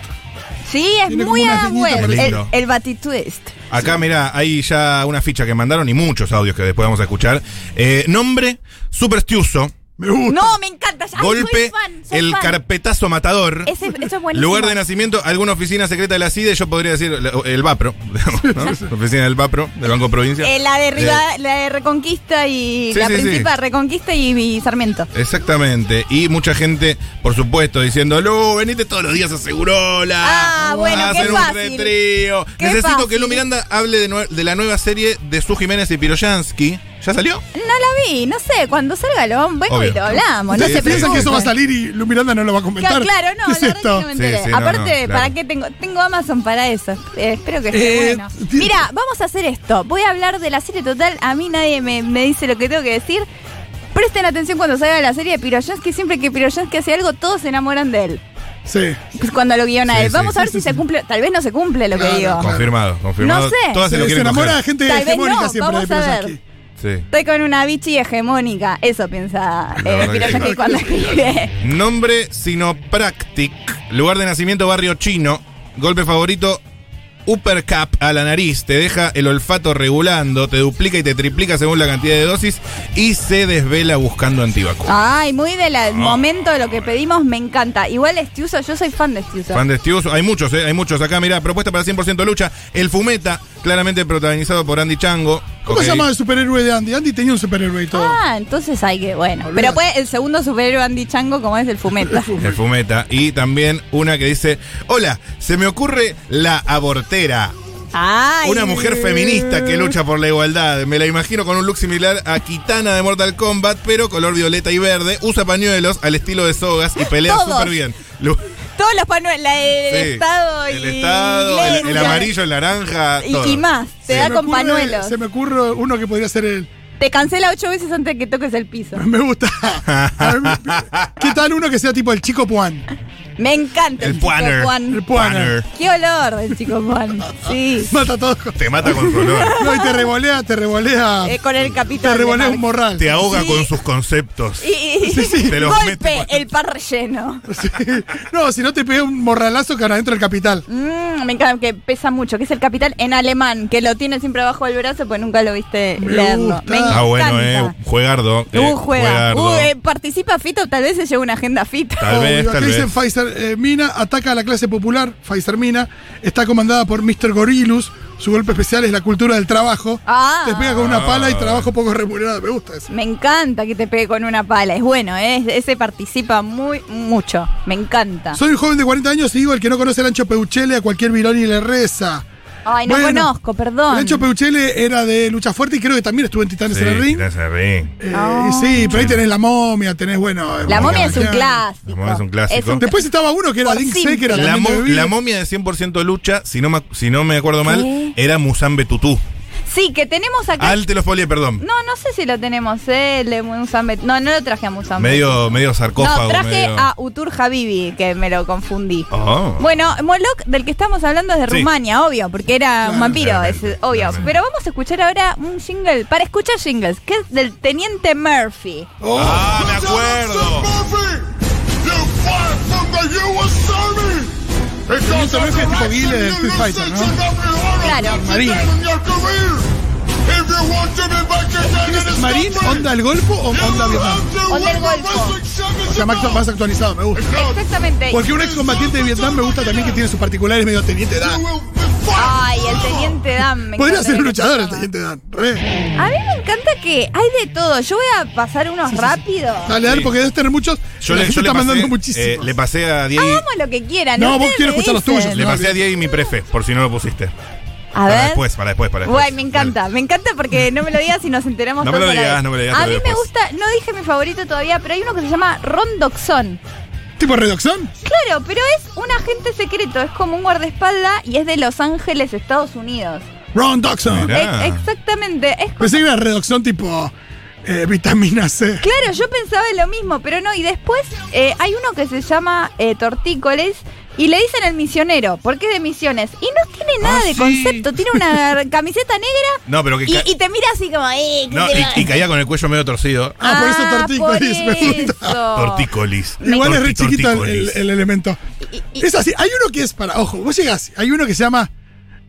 Speaker 3: Sí, es
Speaker 1: tiene
Speaker 3: muy
Speaker 1: como unas
Speaker 3: Adam
Speaker 1: niñitas
Speaker 3: West,
Speaker 4: por ahí.
Speaker 3: el,
Speaker 4: Lindo.
Speaker 3: el Batitwist.
Speaker 4: Acá, mira, hay ya una ficha que mandaron y muchos audios que después vamos a escuchar. Eh, nombre, supersticioso.
Speaker 1: Me gusta.
Speaker 3: No, me encanta. Ay, soy
Speaker 4: golpe,
Speaker 3: fan, soy
Speaker 4: el
Speaker 3: fan.
Speaker 4: carpetazo matador.
Speaker 3: Ese- eso es buenísimo.
Speaker 4: Lugar de nacimiento, alguna oficina secreta de la CIDE, E, yo podría decir la- el VAPRO, ¿no? oficina del VAPRO, del Banco Provincia.
Speaker 3: Eh, la de Rivada- la de Reconquista y
Speaker 4: Sí,
Speaker 3: la
Speaker 4: sí, sí.
Speaker 3: Principa Reconquista y, y Sarmiento.
Speaker 4: Exactamente, y mucha gente, por supuesto, diciendo, Lu, venite todos los días a Segurola,
Speaker 3: Ah, bueno,
Speaker 4: a
Speaker 3: qué
Speaker 4: hacer
Speaker 3: fácil.
Speaker 4: un retrío.
Speaker 3: Qué
Speaker 4: Necesito que
Speaker 3: fácil.
Speaker 4: Lu Miranda hable de, nue- de la nueva serie de Su Jiménez y Piroyansky. ¿Ya salió?
Speaker 3: No la vi, no sé, cuando salga lo vengo
Speaker 4: Obvio.
Speaker 3: y lo hablamos. No
Speaker 1: Ustedes
Speaker 4: Sí,
Speaker 3: se
Speaker 4: sí,
Speaker 1: piensan que eso va a
Speaker 3: preocupen.
Speaker 1: salir y Lu Miranda no lo va a comentar.
Speaker 3: Ca- Claro, no,
Speaker 1: ¿Qué es
Speaker 3: la verdad
Speaker 1: esto?
Speaker 3: que no me
Speaker 4: Sí,
Speaker 3: enteré.
Speaker 4: sí, no,
Speaker 3: Aparte,
Speaker 4: no, claro.
Speaker 3: ¿para qué tengo? Tengo Amazon para eso. Eh, espero que esté
Speaker 1: Eh,
Speaker 3: bueno.
Speaker 1: ti-
Speaker 3: Mira, vamos a hacer esto. Voy a hablar de la serie total. A mí nadie me, me dice lo que tengo que decir. Presten atención cuando salga la serie de Piroyansky. Siempre que Piroyansky hace algo, todos se enamoran de él.
Speaker 1: Sí.
Speaker 4: Ah,
Speaker 3: Pues Cuando lo guiona
Speaker 4: Sí,
Speaker 3: él.
Speaker 4: sí,
Speaker 3: Vamos a
Speaker 4: sí,
Speaker 3: ver si se cumple. Tal vez no se cumple lo que
Speaker 1: Claro,
Speaker 3: digo.
Speaker 1: claro.
Speaker 4: Confirmado, confirmado.
Speaker 3: No sé.
Speaker 4: Todas se,
Speaker 1: Se,
Speaker 4: lo quieren
Speaker 1: enamora de
Speaker 4: coger.
Speaker 1: gente
Speaker 3: Tal vez
Speaker 1: hegemónica
Speaker 3: no,
Speaker 1: siempre
Speaker 3: vamos
Speaker 1: de
Speaker 3: a
Speaker 1: Piroyansky.
Speaker 3: ver.
Speaker 4: Sí.
Speaker 3: Estoy con una bichi hegemónica. Eso piensa
Speaker 4: La
Speaker 3: eh,
Speaker 4: verdad que
Speaker 3: Piroyansky
Speaker 4: sí.
Speaker 3: cuando escribe.
Speaker 4: Nombre Sinopractic. Lugar de nacimiento barrio chino. Golpe favorito. Uppercap a la nariz. Te deja el olfato regulando. Te duplica y te triplica según la cantidad de dosis. Y se desvela buscando antivacunas.
Speaker 3: Ay, muy del
Speaker 4: Ah.
Speaker 3: momento de lo que pedimos, me encanta. Igual Estiuso, yo soy fan de Estiuso.
Speaker 4: Fan de Estiuso. Hay muchos, ¿eh? Hay muchos acá. Mirá, propuesta para 100% lucha. El Fumeta, claramente protagonizado por Andy Chango.
Speaker 1: ¿Cómo
Speaker 4: Ok.
Speaker 1: se llama el superhéroe de Andy? Andy tenía un superhéroe y todo.
Speaker 3: Ah, entonces hay que, bueno.
Speaker 1: Olvídate.
Speaker 3: Pero puede el segundo superhéroe Andy Chango como es el Fumeta.
Speaker 4: El Fumeta. Y también una que dice: Hola, se me ocurre la abortera.
Speaker 3: Ay.
Speaker 4: Una mujer feminista que lucha por la igualdad. Me la imagino con un look similar a Kitana de Mortal Kombat, pero color violeta y verde. Usa pañuelos al estilo de sogas y pelea
Speaker 3: Todos.
Speaker 4: súper bien. Lu-
Speaker 3: Todos los panuelos, la del
Speaker 4: sí.
Speaker 3: Estado y.
Speaker 4: El Estado, el- el,
Speaker 3: Iglesia.
Speaker 4: amarillo, el naranja.
Speaker 3: Y,
Speaker 4: todo.
Speaker 3: y más, se
Speaker 1: Se
Speaker 3: da
Speaker 1: me
Speaker 3: con
Speaker 1: ocurre-
Speaker 3: panuelos.
Speaker 1: Se me ocurre uno que podría ser el.
Speaker 3: Te cancela ocho veces antes de que toques el piso.
Speaker 1: Me gusta. A mí- ¿Qué tal uno que sea tipo el chico Puan?
Speaker 3: Me encanta el,
Speaker 4: El
Speaker 3: chico
Speaker 4: puaner.
Speaker 3: Juan.
Speaker 1: El puaner.
Speaker 3: Qué olor del chico Juan. Sí.
Speaker 1: Mata a todos. con-
Speaker 4: Te mata con su olor.
Speaker 1: No, y te revolea, te revolea.
Speaker 3: Eh, con el
Speaker 1: Te
Speaker 3: capitán. de
Speaker 1: revolea un
Speaker 3: Marx.
Speaker 1: morral.
Speaker 4: Te ahoga
Speaker 3: Sí.
Speaker 4: con sus conceptos.
Speaker 3: Y, y-
Speaker 4: Te los mete
Speaker 3: golpe,
Speaker 4: con-
Speaker 3: el par relleno.
Speaker 1: Sí. No, si no te pega un morralazo que adentro del capital.
Speaker 3: Mm, me encanta que pesa mucho, que es el capital en alemán, que lo tiene siempre abajo del brazo, pues nunca lo viste
Speaker 1: Me
Speaker 3: leerlo.
Speaker 1: gusta.
Speaker 3: Me
Speaker 4: Ah, bueno, eh.
Speaker 3: encanta.
Speaker 4: Juegardo. eh,
Speaker 3: Uh, juega.
Speaker 4: juegardo.
Speaker 3: Uh, eh, participa Fito, tal vez se lleva una agenda Fito.
Speaker 4: Tal vez,
Speaker 1: Obvio,
Speaker 4: tal
Speaker 1: acá
Speaker 4: vez.
Speaker 1: dicen Pfizer eh, Mina ataca a la clase popular. Pfizer Mina está comandada por Mr. Gorilus. Su golpe especial es la cultura del trabajo.
Speaker 3: Ah.
Speaker 1: Te pega con una pala y
Speaker 4: Ah.
Speaker 1: trabajo poco remunerado. Me gusta eso.
Speaker 3: Me encanta que te pegue con una pala. Es bueno, eh, ese participa muy mucho. Me encanta.
Speaker 1: Soy un joven de 40 años y digo el que no conoce el ancho Peuchele a cualquier virón y le reza.
Speaker 3: Ay, no
Speaker 1: Bueno,
Speaker 3: conozco, perdón.
Speaker 1: Nacho Peuchele era de Lucha Fuerte y creo que también estuvo en Titanes en el Ring.
Speaker 4: Titanes en el ring.
Speaker 1: Eh, y sí, pero ahí tenés la momia, tenés, bueno.
Speaker 3: La
Speaker 1: eh,
Speaker 3: momia es un
Speaker 1: Bacán.
Speaker 3: clásico.
Speaker 4: La momia es un clásico.
Speaker 1: Después estaba uno que era
Speaker 3: Por
Speaker 1: Dink
Speaker 3: simple.
Speaker 1: Seck, que era
Speaker 4: La,
Speaker 1: también
Speaker 4: mo-
Speaker 1: de Bebida.
Speaker 4: la momia de 100% lucha, si no me, si no me acuerdo mal,
Speaker 3: ¿Qué?
Speaker 4: era Musambe Tutú. Ah,
Speaker 3: Sí, que tenemos acá.
Speaker 4: Alte los polies, perdón.
Speaker 3: No, no sé si lo tenemos, eh, el de Musamet. No, no lo traje a Musamet.
Speaker 4: medio, medio sarcófago.
Speaker 3: No, traje
Speaker 4: medio-
Speaker 3: a Utur Habibi, que me lo confundí.
Speaker 4: Oh.
Speaker 3: Bueno, Moloch, del que estamos hablando es de
Speaker 4: Sí.
Speaker 3: Rumania, obvio, porque era un
Speaker 1: Claro,
Speaker 3: vampiro, es
Speaker 4: claramente,
Speaker 3: obvio.
Speaker 4: claramente.
Speaker 3: Pero vamos a escuchar ahora un jingle, para escuchar jingles, que es del Teniente Murphy.
Speaker 4: Ah, me acuerdo.
Speaker 1: Teniente Murphy es tipo Gil de Street Fighter, ¿no?
Speaker 3: Claro.
Speaker 1: Marín. ¿Marín, onda el golfo o onda Vietnam?
Speaker 3: Onda el Golfo.
Speaker 1: O sea, más, más actualizado, me gusta.
Speaker 3: Exactamente.
Speaker 1: Porque un excombatiente de Vietnam me gusta también que tiene sus particulares medio teniente Dan.
Speaker 3: Ay, el Teniente Dan. me
Speaker 1: Podría
Speaker 3: encanta
Speaker 1: ser un
Speaker 3: que se
Speaker 1: luchador el
Speaker 3: llama.
Speaker 1: teniente Dan. Re.
Speaker 3: A mí me encanta que hay de todo. Yo voy a pasar unos rápidos.
Speaker 1: Dale, dale,
Speaker 4: Sí.
Speaker 1: porque debes tener muchos.
Speaker 4: Yo
Speaker 1: la
Speaker 4: le,
Speaker 1: gente
Speaker 4: yo le
Speaker 1: está mandando
Speaker 4: pasé, eh,
Speaker 1: muchísimos.
Speaker 4: le pasé a Diego.
Speaker 3: Hagamos lo que quieran.
Speaker 1: No, vos
Speaker 3: Ustedes
Speaker 1: quiero
Speaker 3: me
Speaker 1: escuchar los
Speaker 3: dicen.
Speaker 1: tuyos.
Speaker 4: le
Speaker 1: no,
Speaker 4: pasé a
Speaker 1: bien.
Speaker 4: Diego y mi prefe, por si no lo pusiste.
Speaker 3: A
Speaker 4: Para
Speaker 3: ver.
Speaker 4: después, para después, para después.
Speaker 3: Guay, me encanta, me encanta porque no me lo digas y nos enteramos
Speaker 4: No me lo
Speaker 3: todos a la
Speaker 4: digas,
Speaker 3: vez.
Speaker 4: no me lo digas,
Speaker 3: A
Speaker 4: te
Speaker 3: mí
Speaker 4: lo
Speaker 3: me
Speaker 4: digo
Speaker 3: gusta, no dije mi favorito todavía, pero hay uno que se llama Rondoxon.
Speaker 1: ¿Tipo Redoxón?
Speaker 3: Claro, pero es un agente secreto, es como un guardaespaldas y es de Los Ángeles, Estados Unidos.
Speaker 1: Ron Doxon.
Speaker 4: Mirá. Ah.
Speaker 3: Ex- exactamente, es
Speaker 1: Pensé que era Redoxón tipo eh, vitamina C.
Speaker 3: Claro, yo pensaba lo mismo, pero no. Y después eh, hay uno que se llama eh, Tortícolis y le dicen el misionero, porque es de misiones. Y no tiene nada
Speaker 4: Ah,
Speaker 3: de
Speaker 4: sí.
Speaker 3: concepto, tiene una camiseta negra
Speaker 4: No, pero que. ca-
Speaker 3: y, y te mira así como, eh, ¿qué
Speaker 4: no,
Speaker 3: te va a
Speaker 4: y, y caía con el cuello medio torcido.
Speaker 1: Ah, por eso tortícolis.
Speaker 3: por
Speaker 1: me gusta.
Speaker 3: eso.
Speaker 4: Tortícolis.
Speaker 1: Igual es re
Speaker 4: Torti-
Speaker 1: chiquito el, el-
Speaker 4: tortícolis.
Speaker 1: el elemento.
Speaker 3: Y- y-
Speaker 1: Es así. Hay uno que es para. Ojo, vos llegás. Hay uno que se llama.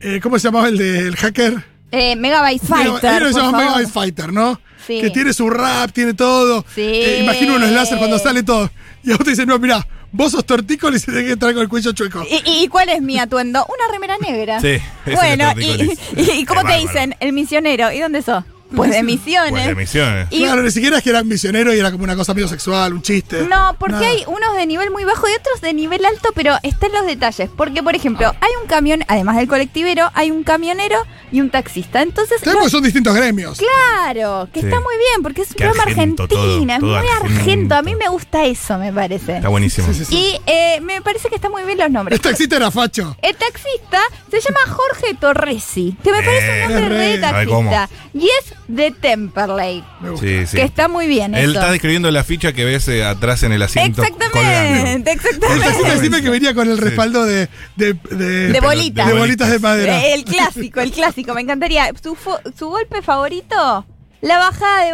Speaker 1: eh, ¿Cómo se llamaba el del hacker?
Speaker 3: eh, Megabyte
Speaker 1: Hay
Speaker 3: Fighter.
Speaker 1: uno que se
Speaker 3: por
Speaker 1: llama
Speaker 3: favor.
Speaker 1: Mega Man Fighter, ¿no?
Speaker 3: Sí.
Speaker 1: Que tiene su rap, tiene todo.
Speaker 3: Sí.
Speaker 1: Eh, imagino unos láser cuando sale todo. Y a vos te dicen, no, mirá, vos sos tortícolis y tenés que entrar con el cuello chueco.
Speaker 3: ¿Y, y- y cuál es mi atuendo? Una remera negra.
Speaker 4: Sí, ese
Speaker 3: Bueno,
Speaker 4: es el
Speaker 3: y,
Speaker 4: Tortícolis.
Speaker 3: y, y cómo
Speaker 4: Qué
Speaker 3: te
Speaker 4: bárbaro.
Speaker 3: dicen? El misionero. ¿Y dónde sos? Pues de misiones.
Speaker 4: Pues de misiones.
Speaker 3: Y-
Speaker 1: Claro, ni siquiera es que eran misioneros y era como una cosa medio sexual, un chiste.
Speaker 4: eh,
Speaker 3: No, porque
Speaker 1: Nada.
Speaker 3: hay unos de nivel muy bajo y otros de nivel alto, pero están los detalles. Porque, por ejemplo,
Speaker 4: Ah.
Speaker 3: hay un camión, además del colectivero, hay un camionero y un taxista. Entonces,
Speaker 1: Claro,
Speaker 3: los-
Speaker 1: porque son distintos gremios.
Speaker 3: claro, que
Speaker 4: Sí.
Speaker 3: está muy bien, porque es un
Speaker 4: Qué
Speaker 3: programa
Speaker 4: argento
Speaker 3: argentino,
Speaker 4: todo,
Speaker 3: es
Speaker 4: todo
Speaker 3: muy
Speaker 4: argento.
Speaker 3: argento. A mí me gusta eso, me parece.
Speaker 4: Está buenísimo.
Speaker 1: Sí, sí, sí.
Speaker 3: Y eh, me parece que están muy bien los nombres.
Speaker 1: El taxista era facho.
Speaker 3: El taxista se llama Jorge Torresi, que me parece un
Speaker 4: Eh,
Speaker 3: nombre re de
Speaker 1: re.
Speaker 4: Ay, ¿cómo?
Speaker 3: taxista. Y es de Temperley,
Speaker 1: Me gusta.
Speaker 4: Sí, sí.
Speaker 3: que está muy bien
Speaker 4: Él
Speaker 3: eso.
Speaker 4: está describiendo la ficha que ves eh, atrás en el asiento. colgando.
Speaker 3: Exactamente,
Speaker 1: El
Speaker 3: exactamente.
Speaker 1: taxista encima que venía con el
Speaker 4: Sí.
Speaker 1: respaldo de. De, de-
Speaker 3: De bolitas.
Speaker 1: de bolitas de madera.
Speaker 3: Eh, El clásico, el clásico, me encantaría. Su, fo- su golpe favorito, la bajada de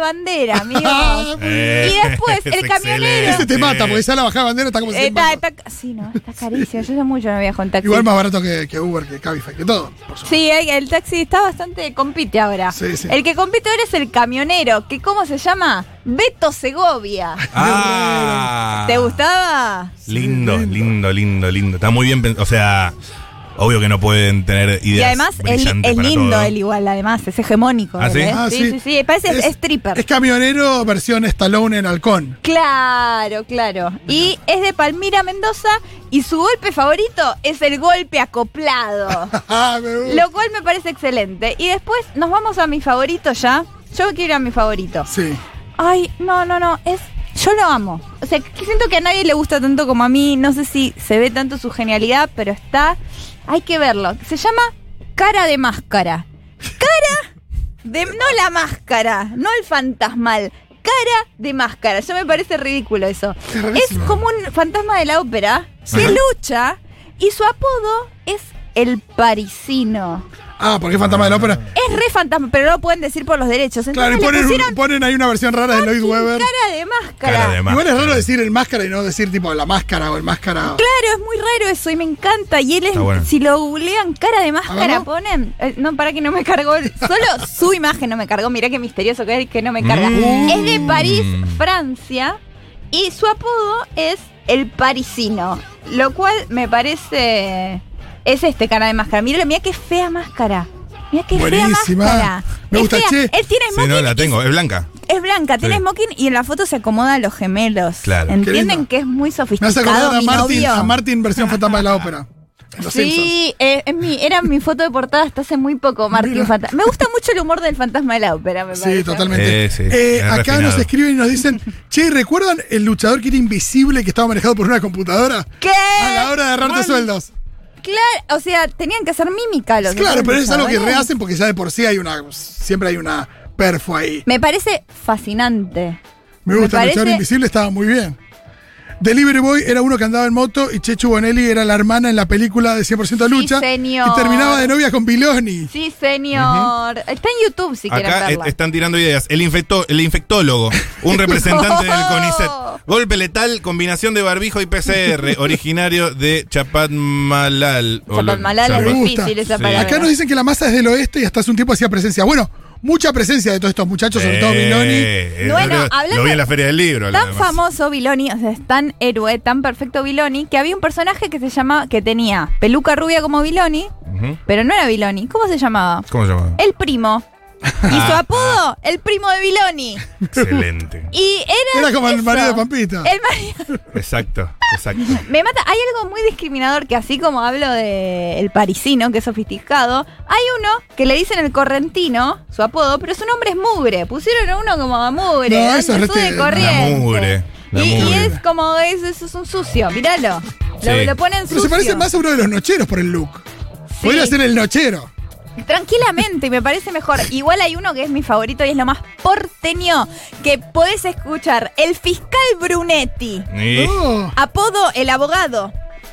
Speaker 3: bandera, amigos.
Speaker 4: Eh,
Speaker 3: Y después, el
Speaker 4: es
Speaker 3: camionero.
Speaker 1: Este te
Speaker 4: excelente.
Speaker 1: mata, porque ya la bajada bandera está como.
Speaker 3: Eh,
Speaker 1: siempre.
Speaker 3: ta- ta- sí, no, está carísimo. Yo ya mucho no viajo en taxi.
Speaker 1: Igual más barato que, que Uber, que Cabify, que todo. por supuesto.
Speaker 3: Sí, el, el taxi está bastante compite ahora.
Speaker 1: Sí, sí.
Speaker 3: El que compite ahora es el camionero, que ¿cómo se llama? Beto Segovia.
Speaker 4: Ah.
Speaker 3: ¿Te gustaba?
Speaker 4: Lindo,
Speaker 1: Sí,
Speaker 4: lindo, lindo, lindo. Está muy bien pensado. O sea, obvio que no pueden tener ideas.
Speaker 3: Y además es, li-
Speaker 4: brillantes
Speaker 3: es
Speaker 4: para
Speaker 3: lindo
Speaker 4: todo.
Speaker 3: él igual, además, es hegemónico.
Speaker 4: ¿Ah,
Speaker 3: él,
Speaker 4: sí?
Speaker 3: ¿eh?
Speaker 1: Ah,
Speaker 3: sí, sí, sí, parece
Speaker 1: Es-
Speaker 3: stripper.
Speaker 1: Es camionero versión Stallone en halcón.
Speaker 3: Claro, claro. Y es de Palmira Mendoza y su golpe favorito es el golpe acoplado.
Speaker 1: Ah, me gusta.
Speaker 3: lo cual me parece excelente. Y después nos vamos a mi favorito ya. Yo quiero ir a mi favorito.
Speaker 1: Sí.
Speaker 3: Ay, no, no, no. Es. Yo lo amo. O sea, que siento que a nadie le gusta tanto como a mí. No sé si se ve tanto su genialidad, pero está. Hay que verlo. Se llama Cara de Máscara. Cara de. No la máscara, no el fantasmal. Cara de máscara. Yo me parece ridículo eso. Es como un fantasma de la ópera que
Speaker 4: Ajá.
Speaker 3: lucha y su apodo es el parisino.
Speaker 1: Ah, porque es fantasma de la ópera.
Speaker 3: Es re fantasma, pero no lo pueden decir por los derechos.
Speaker 1: Claro,
Speaker 3: Entonces
Speaker 1: y
Speaker 3: le
Speaker 1: ponen,
Speaker 3: pusieron
Speaker 1: ponen ahí una versión rara de Lloyd Webber.
Speaker 3: cara de máscara.
Speaker 4: Cara de máscara.
Speaker 1: Igual es raro decir el máscara y no decir tipo la máscara o el máscara.
Speaker 3: Claro, es muy raro eso y me encanta. Y él es,
Speaker 4: Está bueno.
Speaker 3: si lo googlean, cara de máscara
Speaker 1: verlo.
Speaker 3: ponen. Eh, no, para que no me cargó. el- Solo su imagen no me cargó. Mirá qué misterioso que es que no me carga.
Speaker 4: Mm.
Speaker 3: Es de París, Francia. Y su apodo es el parisino. Lo cual me parece. Es este cara de máscara. Mira, mira qué fea máscara. Mira qué fea
Speaker 1: Buenísima.
Speaker 3: máscara.
Speaker 1: Me
Speaker 3: Es
Speaker 1: gusta,
Speaker 3: fea.
Speaker 1: che.
Speaker 3: Él tiene
Speaker 4: Sí,
Speaker 3: smoking
Speaker 4: no, la tengo. Es blanca.
Speaker 3: es blanca, tiene
Speaker 4: Sí.
Speaker 3: smoking y en la foto se acomodan los gemelos.
Speaker 4: Claro.
Speaker 1: Qué
Speaker 3: ¿Entienden
Speaker 1: lindo.
Speaker 3: que es
Speaker 1: Me
Speaker 3: muy
Speaker 1: hace
Speaker 3: sofisticado
Speaker 1: acordar a
Speaker 3: mi
Speaker 1: Martin,
Speaker 3: novio?
Speaker 1: a Martin versión fantasma de la ópera. en Los Simpsons.
Speaker 3: Sí, eh, es mi, era mi foto de portada hasta hace muy poco, Martín
Speaker 1: Mira.
Speaker 3: Fantasma. Me gusta mucho el humor del fantasma de la ópera, me parece.
Speaker 1: Sí, totalmente.
Speaker 4: Eh, sí,
Speaker 1: Eh,
Speaker 4: es
Speaker 1: acá
Speaker 4: refinado.
Speaker 1: nos escriben y nos dicen, che, ¿recuerdan el luchador que era invisible que estaba manejado por una computadora?
Speaker 3: ¿Qué?
Speaker 1: A la hora de agarrarte
Speaker 3: Bueno,
Speaker 1: sueldos.
Speaker 3: Claro, o sea, tenían que hacer mímica los
Speaker 1: Claro, pero es algo que
Speaker 3: luchadores.
Speaker 1: rehacen porque ya de por sí hay una. Siempre hay una perfo ahí.
Speaker 3: Me parece fascinante.
Speaker 1: Me gusta, el
Speaker 3: parece-
Speaker 1: luchador invisible estaba muy bien. Delivery Boy era uno que andaba en moto y Chechu Bonelli era la hermana en la película de 100% Lucha.
Speaker 3: señor.
Speaker 1: Y terminaba de novia con Biloni.
Speaker 3: Sí, señor. Está en YouTube si quieren
Speaker 4: Acá
Speaker 3: verla.
Speaker 4: est- están tirando ideas. El, infecto- el infectólogo, un representante del CONICET. Golpe letal, combinación de barbijo y PCR, originario de Chapatmalal. O lo-
Speaker 3: Chapatmalal es
Speaker 1: Me
Speaker 4: Chapat-
Speaker 1: gusta.
Speaker 3: difícil esa
Speaker 4: Sí.
Speaker 3: palabra.
Speaker 1: Acá nos dicen que la masa es del oeste y hasta hace un tiempo hacía presencia. Bueno, mucha presencia de todos estos muchachos, sobre todo Biloni.
Speaker 4: Eh,
Speaker 3: Bueno,
Speaker 4: lo-
Speaker 3: hablando-
Speaker 4: Lo vi en la Feria del Libro.
Speaker 3: Tan
Speaker 4: además.
Speaker 3: famoso Viloni, o sea, es tan héroe, tan perfecto Viloni, que había un personaje que se llamaba, que tenía peluca rubia como Viloni,
Speaker 4: Ujú.
Speaker 3: pero no era Viloni. ¿Cómo se llamaba?
Speaker 4: ¿Cómo se llamaba?
Speaker 3: El primo. Y su apodo, el primo de Viloni.
Speaker 4: Excelente.
Speaker 3: Y era.
Speaker 1: Era como el
Speaker 3: eso.
Speaker 1: marido de Pampita.
Speaker 3: El marido-
Speaker 4: Exacto, exacto.
Speaker 3: Me mata. Hay algo muy discriminador que, así como hablo del parisino, que es sofisticado, hay uno que le dicen el correntino, su apodo, pero su nombre es Mugre. Pusieron a uno como Mugre.
Speaker 1: No, eso es
Speaker 3: Antes tú de
Speaker 1: rete-
Speaker 3: corriente.
Speaker 4: La mugre, la
Speaker 3: y, y
Speaker 4: mugre.
Speaker 3: es como, eso, eso es un sucio. Míralo. Lo,
Speaker 4: Sí.
Speaker 3: lo ponen
Speaker 1: Pero
Speaker 3: sucio.
Speaker 1: se parece más a uno de los nocheros por el look.
Speaker 3: Sí.
Speaker 1: Podría ser el nochero.
Speaker 3: Tranquilamente, y me parece mejor. Igual hay uno que es mi favorito y es lo más porteño que podés escuchar. El fiscal Brunetti.
Speaker 4: Y-
Speaker 1: No.
Speaker 3: Apodo el abogado.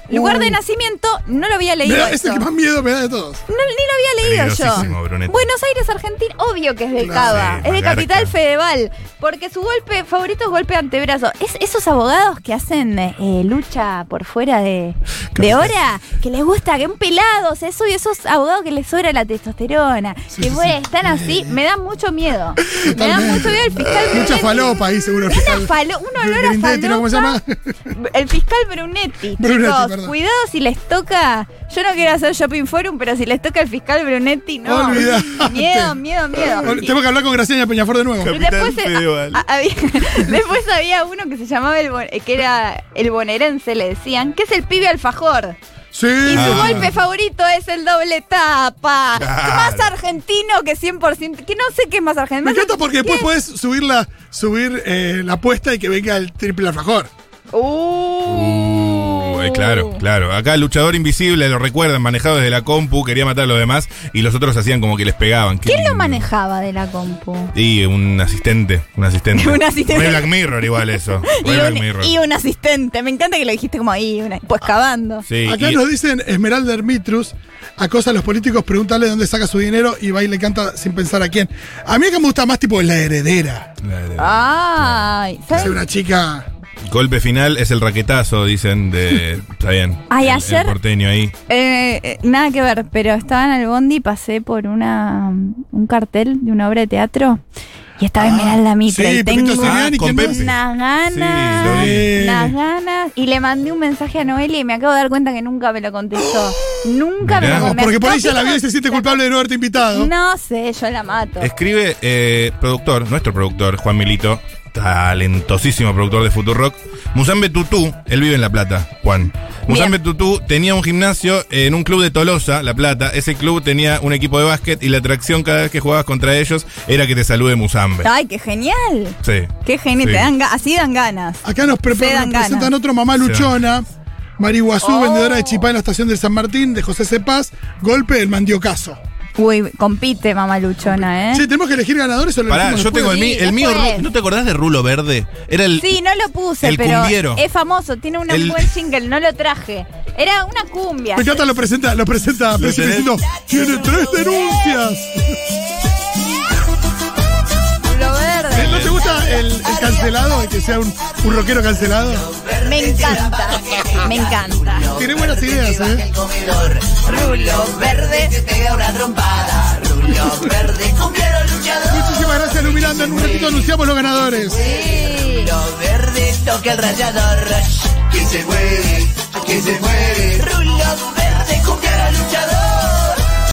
Speaker 3: Lugar de
Speaker 1: Uh.
Speaker 3: nacimiento, no lo había
Speaker 1: Me
Speaker 3: leído.
Speaker 1: da-
Speaker 3: eso.
Speaker 1: es el que más miedo me da de todos.
Speaker 3: No, ni lo había leído
Speaker 4: Peligrosísimo,
Speaker 3: yo.
Speaker 4: Brunetti.
Speaker 3: Buenos Aires, Argentina, obvio que es del
Speaker 1: Claro.
Speaker 3: Cava.
Speaker 4: Sí,
Speaker 3: es de
Speaker 4: Magarca.
Speaker 3: Capital Fedeval. Porque su golpe favorito es golpe de antebrazo. Es esos abogados que hacen eh, lucha por fuera de, de hora, que les gusta, que un pelados, eso, y esos abogados que les sobra la testosterona, que bueno, están así, me da mucho miedo.
Speaker 1: Eh.
Speaker 3: Me da
Speaker 1: Totalmente.
Speaker 3: mucho miedo el fiscal.
Speaker 1: Mucha
Speaker 3: Brunetti.
Speaker 1: falopa ahí, seguro. el
Speaker 3: Una
Speaker 1: fiscal.
Speaker 3: falo- un olor a
Speaker 1: Grindetti, ¿no? ¿Cómo se
Speaker 3: falopa.
Speaker 1: llama?
Speaker 3: El fiscal Brunetti,
Speaker 1: Brunetti,
Speaker 3: chicos,
Speaker 1: perdón.
Speaker 3: cuidado si les toca. Yo no quiero hacer shopping forum, pero si les toca el fiscal Brunetti, no.
Speaker 1: Olvidate.
Speaker 3: Miedo, miedo, miedo.
Speaker 1: Ol- Tengo que hablar con Graciela Peñafor de nuevo.
Speaker 3: Y Después,
Speaker 4: Capitán Fedeval.
Speaker 3: a- a- había, después había uno que se llamaba el bon- eh, que era el bonaerense, le decían, que es el pibe alfajor.
Speaker 1: Sí.
Speaker 3: Y su
Speaker 4: Ah.
Speaker 3: golpe favorito es el doble tapa.
Speaker 4: Claro.
Speaker 3: Más argentino que 100%, que no sé qué es más argentino.
Speaker 1: Me
Speaker 3: Más
Speaker 1: encanta porque después
Speaker 3: ¿Qué?
Speaker 1: podés subir la, subir, eh, la apuesta y que venga el triple alfajor.
Speaker 3: Uh.
Speaker 4: Uh, eh, claro, claro. Acá el luchador invisible, lo recuerdan, manejado desde la compu, quería matar a los demás y los otros hacían como que les pegaban. Qué
Speaker 3: ¿Quién lo
Speaker 4: lindo.
Speaker 3: manejaba de la compu?
Speaker 4: Y un asistente, un asistente.
Speaker 3: Un asistente.
Speaker 4: Re Black Mirror igual eso. Re
Speaker 3: Y
Speaker 4: Black
Speaker 3: un,
Speaker 4: Mirror.
Speaker 3: y un asistente. Me encanta que lo dijiste como ahí, una-
Speaker 1: Ah,
Speaker 3: pues cavando.
Speaker 4: Sí,
Speaker 1: Acá
Speaker 4: y-
Speaker 1: nos dicen Esmeralda Hermitrus, acosa a los políticos, preguntarle dónde saca su dinero y va y le canta sin pensar a quién. A mí acá me gusta más tipo la heredera.
Speaker 3: Ah. Ay,
Speaker 1: Es
Speaker 3: ¿sabes?
Speaker 1: una chica.
Speaker 4: Golpe final es el raquetazo, dicen de. Está bien.
Speaker 3: Ay,
Speaker 4: El- el
Speaker 3: ayer-
Speaker 4: porteño ahí.
Speaker 3: Eh, eh, nada que ver, pero estaba en el bondi y pasé por una un cartel de una obra de teatro y estaba Esmeralda Mitre
Speaker 1: Ah, sí,
Speaker 3: y tengo
Speaker 1: Pepito Seriani,
Speaker 4: Ah, con
Speaker 1: ¿quién más?
Speaker 4: Pepe.
Speaker 3: unas ganas,
Speaker 4: Sí, lo
Speaker 1: vi.
Speaker 3: unas ganas y le mandé un mensaje a Noelia y me acabo de dar cuenta que nunca me lo contestó. nunca me
Speaker 4: Mirá.
Speaker 3: lo
Speaker 1: No,
Speaker 3: contestó.
Speaker 1: porque por ahí ya la
Speaker 3: vida
Speaker 1: vida se siente culpable de no haberte invitado.
Speaker 3: No sé, yo la mato.
Speaker 4: Escribe eh, productor, nuestro productor, Juan Milito, talentosísimo productor de Futurock. Musambe Tutú, él vive en La Plata, Juan. Musambe Tutú tenía un gimnasio en un club de Tolosa, La Plata. Ese club tenía un equipo de básquet y la atracción cada vez que jugabas contra ellos era que te salude Musambe.
Speaker 3: Ay, qué genial.
Speaker 4: Sí.
Speaker 3: Qué genial,
Speaker 4: Sí.
Speaker 3: te dan ga- así dan ganas.
Speaker 1: Acá nos, pre-
Speaker 3: Se dan
Speaker 1: nos presentan
Speaker 3: ganas.
Speaker 1: otro mamá luchona. Mariguazú,
Speaker 3: Oh.
Speaker 1: vendedora de chipá en la estación de San Martín, de José Cepaz, golpe del mandiocazo.
Speaker 3: Uy, compite, mamá luchona, ¿eh?
Speaker 1: Sí, tenemos que elegir ganadores o lo
Speaker 4: Pará,
Speaker 1: elegimos
Speaker 4: yo
Speaker 1: después?
Speaker 4: tengo el,
Speaker 3: Sí,
Speaker 4: mí- el mío.
Speaker 3: después.
Speaker 4: Ru- ¿No te acordás de Rulo Verde? Era el.
Speaker 3: Sí, no lo puse,
Speaker 4: El
Speaker 3: pero
Speaker 4: cumbiero.
Speaker 3: es famoso, tiene un
Speaker 4: El-
Speaker 3: buen single, no lo traje. Era una cumbia.
Speaker 1: Me encanta, lo presenta, lo presenta Presi
Speaker 4: tenés?
Speaker 1: diciendo, tiene tres denuncias.
Speaker 3: Lo verde.
Speaker 1: ¿No te gusta el, el cancelado, el que sea un, un rockero cancelado?
Speaker 3: Me encanta. Me encanta.
Speaker 1: Tiene buenas ideas, ¿eh?
Speaker 3: Rulo verde.
Speaker 1: Muchísimas gracias, Lu Miranda. En un ratito anunciamos los ganadores.
Speaker 3: Sí.
Speaker 7: verde toca el rayador.
Speaker 2: Aquí se muere, aquí se muere.
Speaker 7: Rulo